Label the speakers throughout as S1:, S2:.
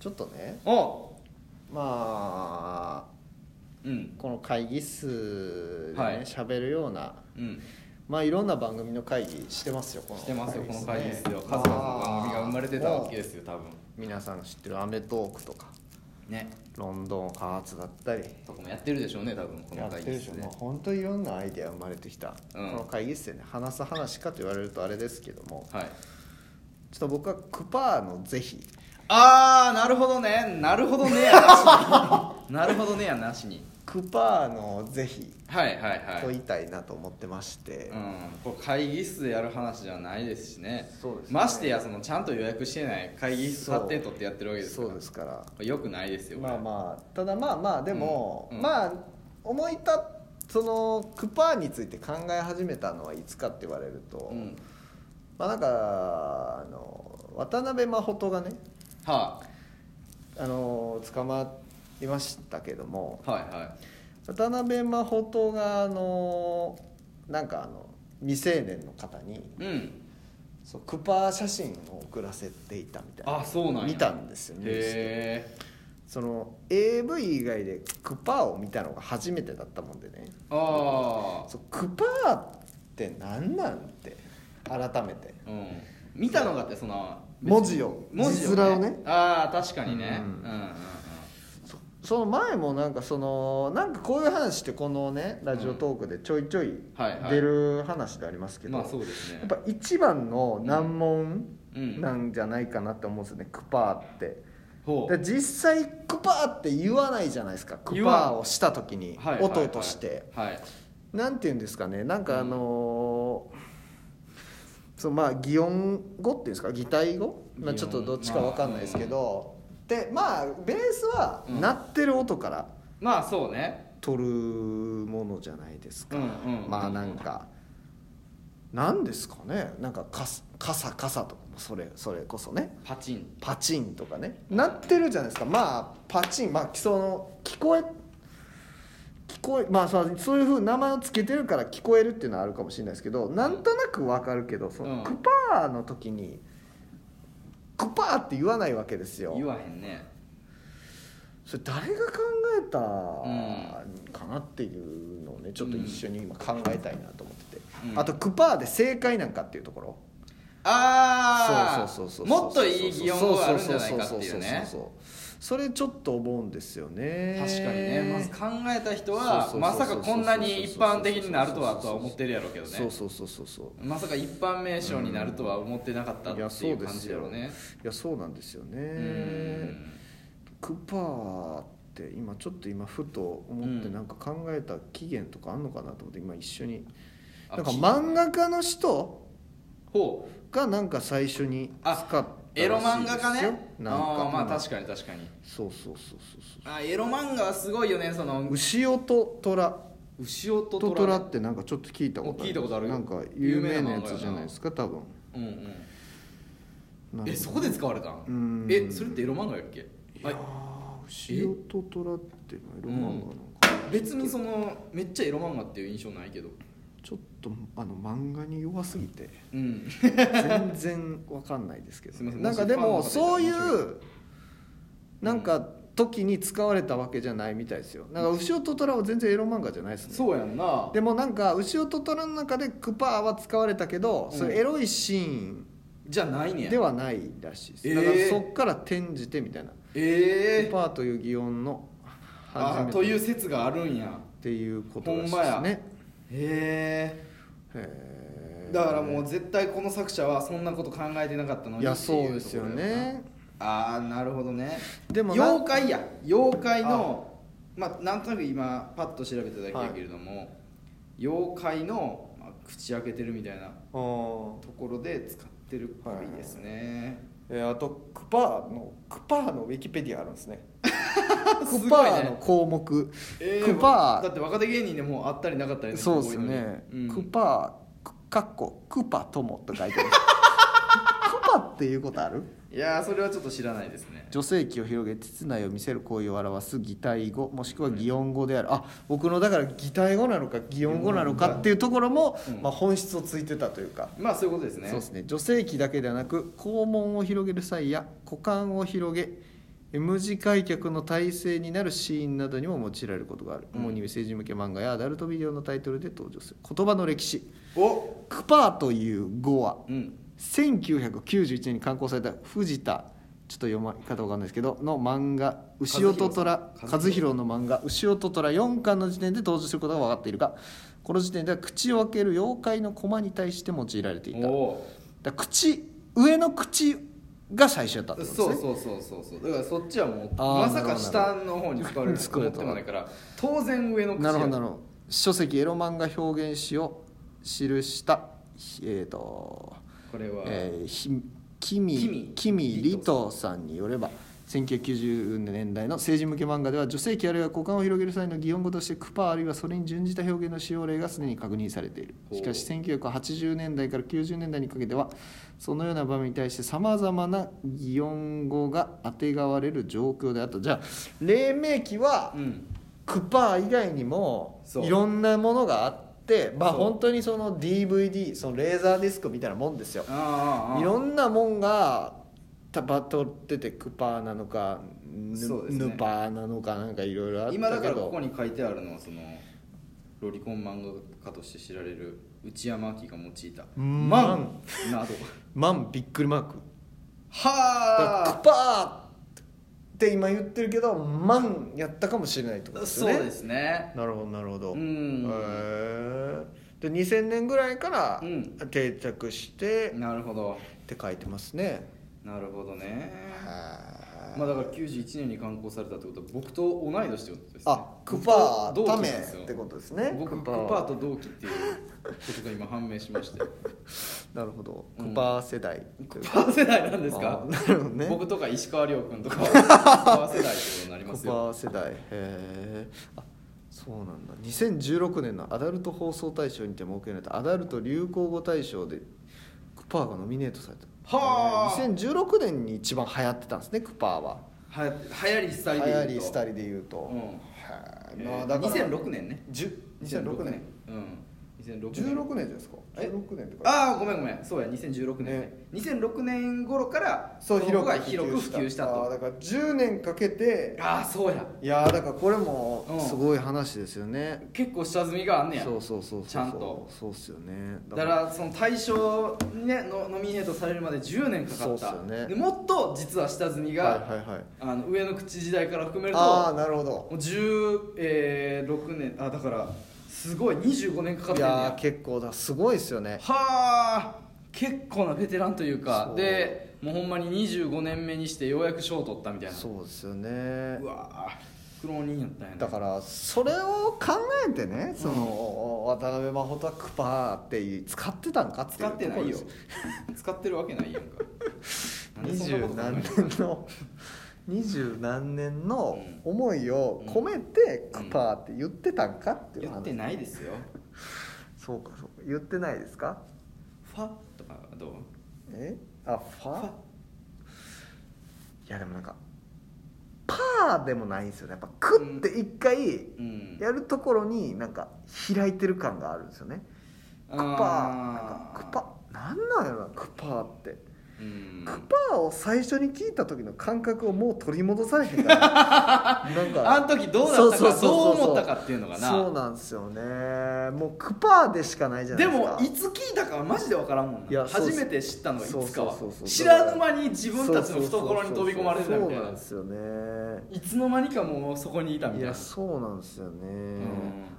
S1: ちょっとね
S2: お
S1: まあ
S2: うん
S1: この会議室で
S2: はい
S1: ね喋、るような
S2: うん
S1: まあいろんな番組の会議してますよこの
S2: してますよこの会議室
S1: ね
S2: よ数々の番組が生まれてたわけ
S1: まあ
S2: ですよ多分
S1: 皆さん知ってる『アメトーーク』とか
S2: ね
S1: 『ロンドンハーツ』だったり
S2: とかもやってるでしょうね多分こ
S1: や
S2: の
S1: って
S2: 会
S1: る
S2: 議
S1: でしょ
S2: 室で
S1: もう本当にいろんなアイデア生まれてきた、
S2: うん
S1: この会議室でね話す話かと言われるとあれですけども
S2: はい
S1: ちょっと僕はクパーの是非
S2: あーなるほどねなるほどねやな しになるほどねやなしに
S1: クパーの是非
S2: はいはいはい
S1: と言いたいなと思ってまして、
S2: うん、これ会議室でやる話じゃないですしね
S1: そうですね
S2: ましてやそのちゃんと予約してない会議室勝手に取ってやってるわけですから
S1: そうですから
S2: よくないですよ
S1: まあまあただまあまあでも、
S2: うんうん
S1: まあ思い立っそのクパーについて考え始めたのはいつかって言われると、
S2: うん
S1: まあなんかあの渡辺誠がね
S2: は
S1: あの捕まりましたけども
S2: あ、はいは
S1: 渡辺誠があのなんかあの未成年の方に
S2: いうん
S1: そうクパー写真を送らせていたみたいな
S2: あそうなんや
S1: 見たんですよニュースで
S2: へえ
S1: その AV 以外でクパーを見たのが初めてだったもんでね
S2: あ
S1: そうクパーって何なんって改めて
S2: あうん見たのがってその
S1: 文字を
S2: 文字
S1: 字面をね
S2: ああ確かにね
S1: う
S2: うんんうんうん
S1: そその前もなんかそのなんかこういう話ってこのねラジオトークでちょいちょい
S2: はいはい
S1: 出る話でありますけど、
S2: まあそうですね
S1: やっぱ一番の難問
S2: うん
S1: なんじゃないかなって思うんですよね、クパーって
S2: ほ
S1: で実際クパーって言わないじゃないですかク
S2: 言
S1: パ
S2: わ
S1: ー
S2: ん
S1: をした時に
S2: はいはいはい
S1: 音として、
S2: はい
S1: なんて言うんですかねなんかあのーそのまあ擬音語っていうんですか擬態語、まあ、
S2: 擬
S1: ちょ
S2: 音
S1: っとどっちかわかんないですけど、でまあベースは
S2: うん
S1: 鳴ってる音から
S2: まあそうね
S1: 取るものじゃないですか、
S2: うんうん
S1: まあなんかなんですかねなんかカスカサカサとかもそれそれこそね
S2: パチン
S1: パチンとかね鳴ってるじゃないですかまあパチンまあその聞こえ聞こえまあそうそういうふうに名前を付けてるから聞こえるっていうのはあるかもしれないですけどなんとなくわかるけどその
S2: うん
S1: クパーの時にクパーって言わないわけですよ
S2: 言わへんね
S1: それ誰が考えたかなっていうのをねちょっと一緒に今考えたいなと思ってて、
S2: うん
S1: あとクパーで正解なんかっていうところ
S2: ああ
S1: そうそうそうそう
S2: もっといい擬音語があるんじゃないかっていうね
S1: そうそうそうそうそれちょっと思うんですよね
S2: 確かにねまず考えた人は
S1: そうそうそうそう
S2: まさかこんなに一般的になるとはとは思ってるやろうけど
S1: そう
S2: ね
S1: そうそうそうそう
S2: まさか一般名称になるとは思ってなかったっ
S1: いや
S2: て
S1: そ
S2: いうう
S1: で
S2: 感
S1: す
S2: じやろ
S1: よ
S2: うね
S1: いやそうなんですよ
S2: う
S1: ね
S2: ん
S1: クパーって今ちょっと今ふと思って
S2: うん
S1: なんか考えた起源とかあんのかなと思って今一緒に
S2: あ
S1: なんか漫画家の人
S2: ほう
S1: がなんか最初に使ったらしいです
S2: エ
S1: よ
S2: ロ漫画家ね
S1: なんか
S2: ああまあ
S1: か
S2: 確かに確かに
S1: そうそうそうそうそ
S2: あエロ漫画はすごいよねそうの
S1: 牛尾と虎
S2: 牛尾
S1: ト
S2: と
S1: トラ
S2: 虎ね
S1: ってなんかちょっと聞いたこと
S2: お聞いたことあるよ
S1: なんか有名なやつじゃないですか多分
S2: うんうん
S1: なんか
S2: えそこで使われたん
S1: うん
S2: えそれってエロ漫画やっけ
S1: いや
S2: あ
S1: ー塩とトラってエロ漫画なのかな
S2: 別にそのめっちゃエロ漫画っていう印象ないけど
S1: ちょっとあの漫画に弱すぎて
S2: うん
S1: 全 然わかんないですけど
S2: すいません
S1: なんかでも
S2: もしファ
S1: そ
S2: ンの方
S1: う
S2: い
S1: い
S2: たら面白
S1: うなんか時に使われたわけじゃないみたいですよなんか牛尾とトラは全然エロ漫画じゃないですね
S2: そうやんな
S1: でもなんか牛尾とトラの中でクパーは使われたけど、
S2: うん
S1: そういうエロいシーン
S2: じゃないねや
S1: ではないらしいです、
S2: えー
S1: だからそっから転じてみたいな
S2: え
S1: ク
S2: え
S1: パーという擬音の
S2: あ
S1: 初
S2: と
S1: め
S2: い
S1: て
S2: う
S1: っ
S2: 説があるんや
S1: ていうことらしい
S2: ほんま
S1: です
S2: や
S1: ね
S2: へ
S1: へ
S2: え
S1: ー
S2: だからもう絶対この作者はそんなこと考えてなかったのに
S1: いやそうですよね
S2: ああーなるほどね
S1: でもな
S2: 妖怪や妖怪のまあなんとなく今パッと調べただけやけれども、妖怪の、まあ、口開けてるみたいな
S1: あー
S2: ところで使ってるっぽいですね、
S1: えーあとクパーのクパーのウィキペディアあるんですね
S2: すごいね
S1: クパーの項目、クパ
S2: だって若手芸人でもあったりなかったり
S1: ー
S2: る
S1: そうですよね、
S2: 多いのにう
S1: ク
S2: ん
S1: パーくかっこクパともと書い てあるクパっていうことある
S2: いやーそれはちょっと知らないですね
S1: 女性器を広げ膣内を見せる行為を表す擬態語もしくは擬音語である、あ僕のだから擬態語なのか擬音語なのかっていうところも、
S2: うん
S1: まあ、本質をついてたというか、
S2: まあそういうことですね
S1: そうですね女性器だけではなく肛門を広げる際や股間を広げ M 字開脚の体制になるシーンなどにも用いられることがある、
S2: うん
S1: 主に成人向け漫画やアダルトビデオのタイトルで登場する言葉の歴史
S2: お
S1: クパーという語は
S2: うん
S1: 1991年に刊行された藤田ちょっと読ま方わかんないですけどの漫画「牛音虎」
S2: 和
S1: 和
S2: 弘
S1: 弘の漫画「牛音虎」4巻の時点で登場することが分かっているがこの時点では口を開ける妖怪の駒に対して用いられていただか
S2: おー
S1: ら口上の口が最初やったってこと
S2: そ
S1: で
S2: う
S1: すね
S2: そうそうそうそうだからそっちはもう
S1: あー
S2: まさか下の方に使われると思ってもな いから当然上の口
S1: なるほどな
S2: る
S1: るほど書籍「エロ漫画表現史」を記したえっ、と
S2: これは、
S1: えーひキミ
S2: キミ
S1: キミ
S2: リ
S1: リトさんによれば1990年代の成人向け漫画では女性器あるいは股間を広げる際の擬音語としてクパーあるいはそれに準じた表現の使用例がすでに確認されている
S2: ほう
S1: しかし1980年代から90年代にかけてはそのような場面に対してさまざまな擬音語があてがわれる状況であったじゃあ黎明期は
S2: うん
S1: クパー以外にも
S2: そう
S1: いろんなものがあってまあ
S2: そう
S1: 本当にその DVD そのレーザーディスクみたいなもんですよ
S2: ああああ
S1: いろんなもんがたバトっててクパーなのかヌ,、
S2: そうですね
S1: ヌパーなのかなんかいろいろあったけど
S2: 今だからここに書いてあるのはそのロリコン漫画家として知られる内山明が用いた「
S1: うん
S2: マン」 など
S1: マンびっくりマークだから
S2: は
S1: クパーって今言ってるけどマンやったかもしれないってこと
S2: あ
S1: ですよ
S2: そう
S1: ね
S2: ですね
S1: なるほどなるほど
S2: う
S1: へ
S2: ん
S1: えで2000年ぐらいから
S2: うん
S1: 定着して、っ
S2: なるほど
S1: て書いてますね
S2: なるほどね
S1: はい
S2: まあだから91年に刊行されたってことは僕と同い年ってことです、ね、
S1: あクパ
S2: 僕
S1: ーた
S2: と同期
S1: め
S2: なんですよ
S1: ってことですね
S2: 僕クパ
S1: は
S2: ーと同期っていうことが今判明し まして
S1: なるほど、
S2: うん
S1: クパー世代
S2: クパー世代なんです
S1: あ
S2: か
S1: ーなるほどね
S2: 僕とか石川遼君とかはクパー世代ってことになりま
S1: ク
S2: すよ
S1: パー世代へえあそうなんだ2016年のアダルト放送大賞にて設けられたアダルト流行語大賞でクパーがノミネートされた
S2: はあ
S1: えー2016年に一番流行ってたんですねクパーは
S2: は流行り廃
S1: 流
S2: りで言
S1: 行
S2: うと
S1: り廃りで言うと、
S2: うん
S1: はい
S2: えー
S1: まあだから
S2: 2006年ね
S1: 10
S2: 2006
S1: 2006
S2: 年
S1: 年
S2: うん2006
S1: 16年
S2: 年
S1: じゃないですか
S2: え
S1: 16年って書いて
S2: ああごめんごめんそうや2016年、ね、2006年頃から
S1: そう
S2: の方
S1: 広く
S2: が広く普及した
S1: あー
S2: と
S1: だから10年かけて
S2: ああそうや
S1: いやーだからこれも
S2: うん
S1: すごい話ですよね、
S2: 結構下積みがあんねや
S1: そうそうそうそう
S2: ちゃんと
S1: そうっすよね
S2: だからその大賞にねのノミネートされるまで10年かかった
S1: そうっすよね
S2: でもっと実は下積みが、
S1: はいはいはい
S2: あの上の口時代から含めると
S1: ああ
S2: も
S1: なるほど
S2: う16、えー6年あだからすごい25年かかっ
S1: い
S2: てんね
S1: やー
S2: や
S1: 結構だすごいですよね
S2: はあ結構なベテランというか
S1: そう
S2: でもうほんまに25年目にしてようやく賞を取ったみたいな
S1: そうですよね
S2: うわあ苦労人やったんやな
S1: だからそれを考えてねその、渡辺真帆とはクパーって使ってたんかってい
S2: 使
S1: う
S2: ってないよ
S1: ところ
S2: 使ってるわけないやんかなんで
S1: です
S2: そん
S1: よ
S2: な
S1: 二十何
S2: こと考えてんの
S1: 年 の二十何年の思いを込めてクパーって言ってたんかっていう
S2: 言
S1: 話、
S2: ってないですよ
S1: そうかそうか言ってないですか
S2: ファとかどう
S1: えあファ
S2: ファ
S1: いやでもなんかパーでもないんですよねやっぱクって一回
S2: うん
S1: やるところになんか開いてる感があるんですよね、クパーなんか
S2: あー
S1: クパなんなんやろなクパーって、
S2: うん
S1: クパーを最初に聞いた時の感覚をもう取り戻されへん からなん
S2: あ
S1: か
S2: の時どうだった
S1: そうそうそ
S2: かどう
S1: うそう
S2: 思ったかっていうのがな
S1: そうなんですよねもうクパーでしかないじゃない
S2: で
S1: ですか
S2: もいつ聞いたかはマジで分からんもんない
S1: やそうっ
S2: 初
S1: す
S2: めて知ったのがいつかは
S1: そうそうそうそう
S2: 知らぬ間に自分たちの懐に飛び込まれてたみたい
S1: そうな
S2: なん
S1: ですよね
S2: いつの間にかもうそこにいた
S1: い
S2: みたいな
S1: やそうなんですよね、
S2: ん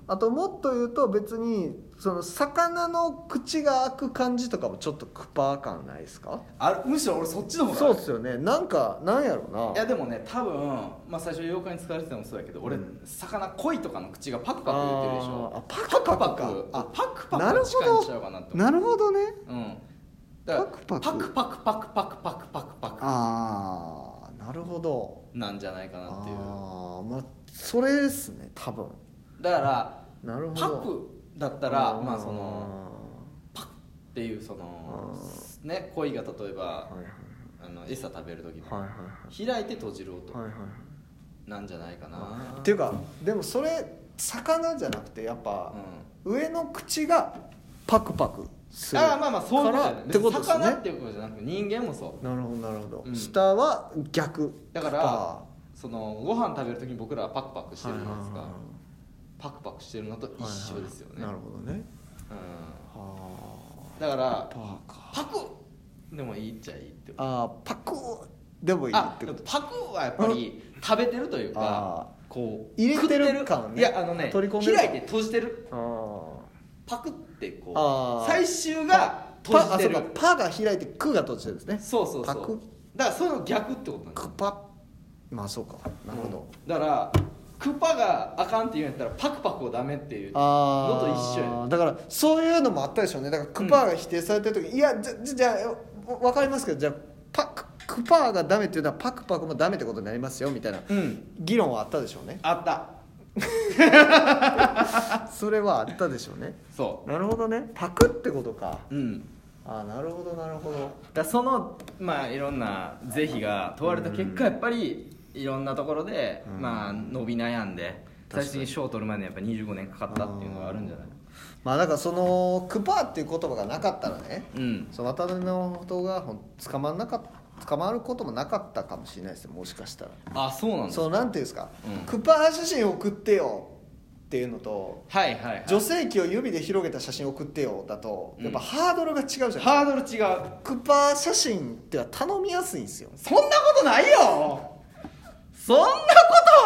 S1: あともっと言うと別にその魚の口が開く感じとかもちょっとクパー感ないですか
S2: あれむしろ俺そっちの方が
S1: そうっすよねなんかなんやろ
S2: いや
S1: な
S2: でもね多分、まあ、最初妖怪に使われてたのもそうやけど俺、
S1: うん
S2: 魚鯉とかの口がパクパク言ってるでしょ
S1: あーあパクパク
S2: パクパク
S1: か
S2: あパクパ
S1: な
S2: ク
S1: る
S2: に
S1: ほ
S2: 近いんちゃうかなって
S1: どなるほどね
S2: うんだから
S1: パクパク
S2: パクパクパクパクパクパクパ
S1: ああなるほど
S2: クなんじゃないかなっていう
S1: ああまあそれですね多分
S2: だから
S1: なるほ
S2: パ
S1: ど
S2: クだったら
S1: ー
S2: まあそのっていうそのね鯉が例えば
S1: はいはい
S2: あの餌食べる時に
S1: はいはい
S2: 開いて閉じる音
S1: はいはいはい
S2: なんじゃないかな
S1: っていうかでもそれ魚じゃなくてやっぱ、
S2: う
S1: 上の口がパクパクする
S2: ああまあまあそういうことじ
S1: か
S2: ゃ
S1: ら
S2: ない
S1: ってことですね
S2: 魚っていうことじゃなくて人間もそう
S1: なるほどなるほど、
S2: うん
S1: 下は逆
S2: だから
S1: パ
S2: そのご飯食べる時に僕らはパクパクし
S1: ー
S2: てるじゃないですか、
S1: はいはいはい
S2: パクパクしてるのと一緒ですよね、
S1: はいはいなるほどね
S2: う
S1: は
S2: ん、だから
S1: あパーか
S2: パクでもいいっちゃいいってこと
S1: あーパクでもいい
S2: あ
S1: ってこと
S2: パクはやっぱり食べてるというかこう
S1: 入れてる
S2: 食って
S1: 感ね
S2: いやあのね
S1: 取り込んでる
S2: 開いて閉じてる
S1: あ
S2: パクってこ
S1: あ
S2: う
S1: ー
S2: 最終が
S1: ーパ
S2: 閉じてる
S1: あそうかパが開いてクが閉じてるんですね
S2: そうそうそ
S1: パ
S2: う
S1: ク
S2: だからその逆ってことなんです
S1: クパまあそうかなるほど、
S2: うんだからクパがあかんって言うんやったらパクパクをダメっていう
S1: ああ
S2: のと一緒やね
S1: だからそういうのもあったでしょうねだからクパーが否定されてる時、いやじゃじゃじゃあわかりますけどじゃあパククパーがダメっていうのはパクパクもダメってことになりますよみたいな
S2: うん
S1: 議論はあったでしょうね
S2: あった
S1: それはあったでしょうね
S2: そ
S1: なるほどねパクってことか
S2: ううん
S1: ああなるほどなるほど
S2: だからそのまあいろんな是非が問われた結果やっぱりいろんなところで、
S1: うん
S2: まあ伸び悩んで
S1: 確かに
S2: 最終的に賞を取るまでにやっぱ25年かかったっていうのがあるんじゃない
S1: まあだからそのクパーっていう言葉がなかったらね
S2: うん
S1: その渡辺の人がほん捕まんなかった捕まることもなかったかもしれないですよもしかしたら
S2: あそうなんだ
S1: そのなんていうんですか、
S2: うん
S1: クパー写真送ってよっていうのと
S2: はいはい、はい、
S1: 女性器を指で広げた写真送ってよだとやっぱハードルが違うじゃない、
S2: ハードル違う
S1: クパー写真っては頼みやすいんですよ
S2: そんなことないよそんなこ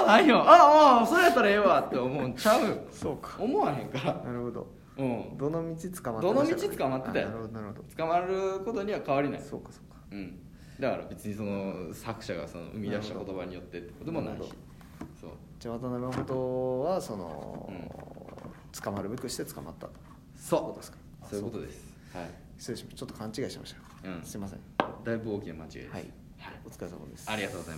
S2: とはないよああそれやったらええわって思うんちゃう
S1: そうか
S2: 思わへんから
S1: なるほど
S2: うん
S1: どの道捕まって
S2: どの道
S1: ましたか
S2: 捕まってたよ
S1: あなるほどなるほど
S2: 捕まることには変わりない
S1: そうかそうか
S2: うんだから別にその作者がその生み出した言葉によってってこともない
S1: なる
S2: し
S1: ほ
S2: そう
S1: じゃあ渡辺誠はその、
S2: うん
S1: 捕まるべくして捕まったと
S2: そう
S1: ですか
S2: そういうことですはい
S1: 失礼しましたちょっと勘違いしました、
S2: うん
S1: すいません
S2: だいぶ大きな間違いです
S1: はい
S2: はい
S1: お疲れ様です
S2: ありがとうございます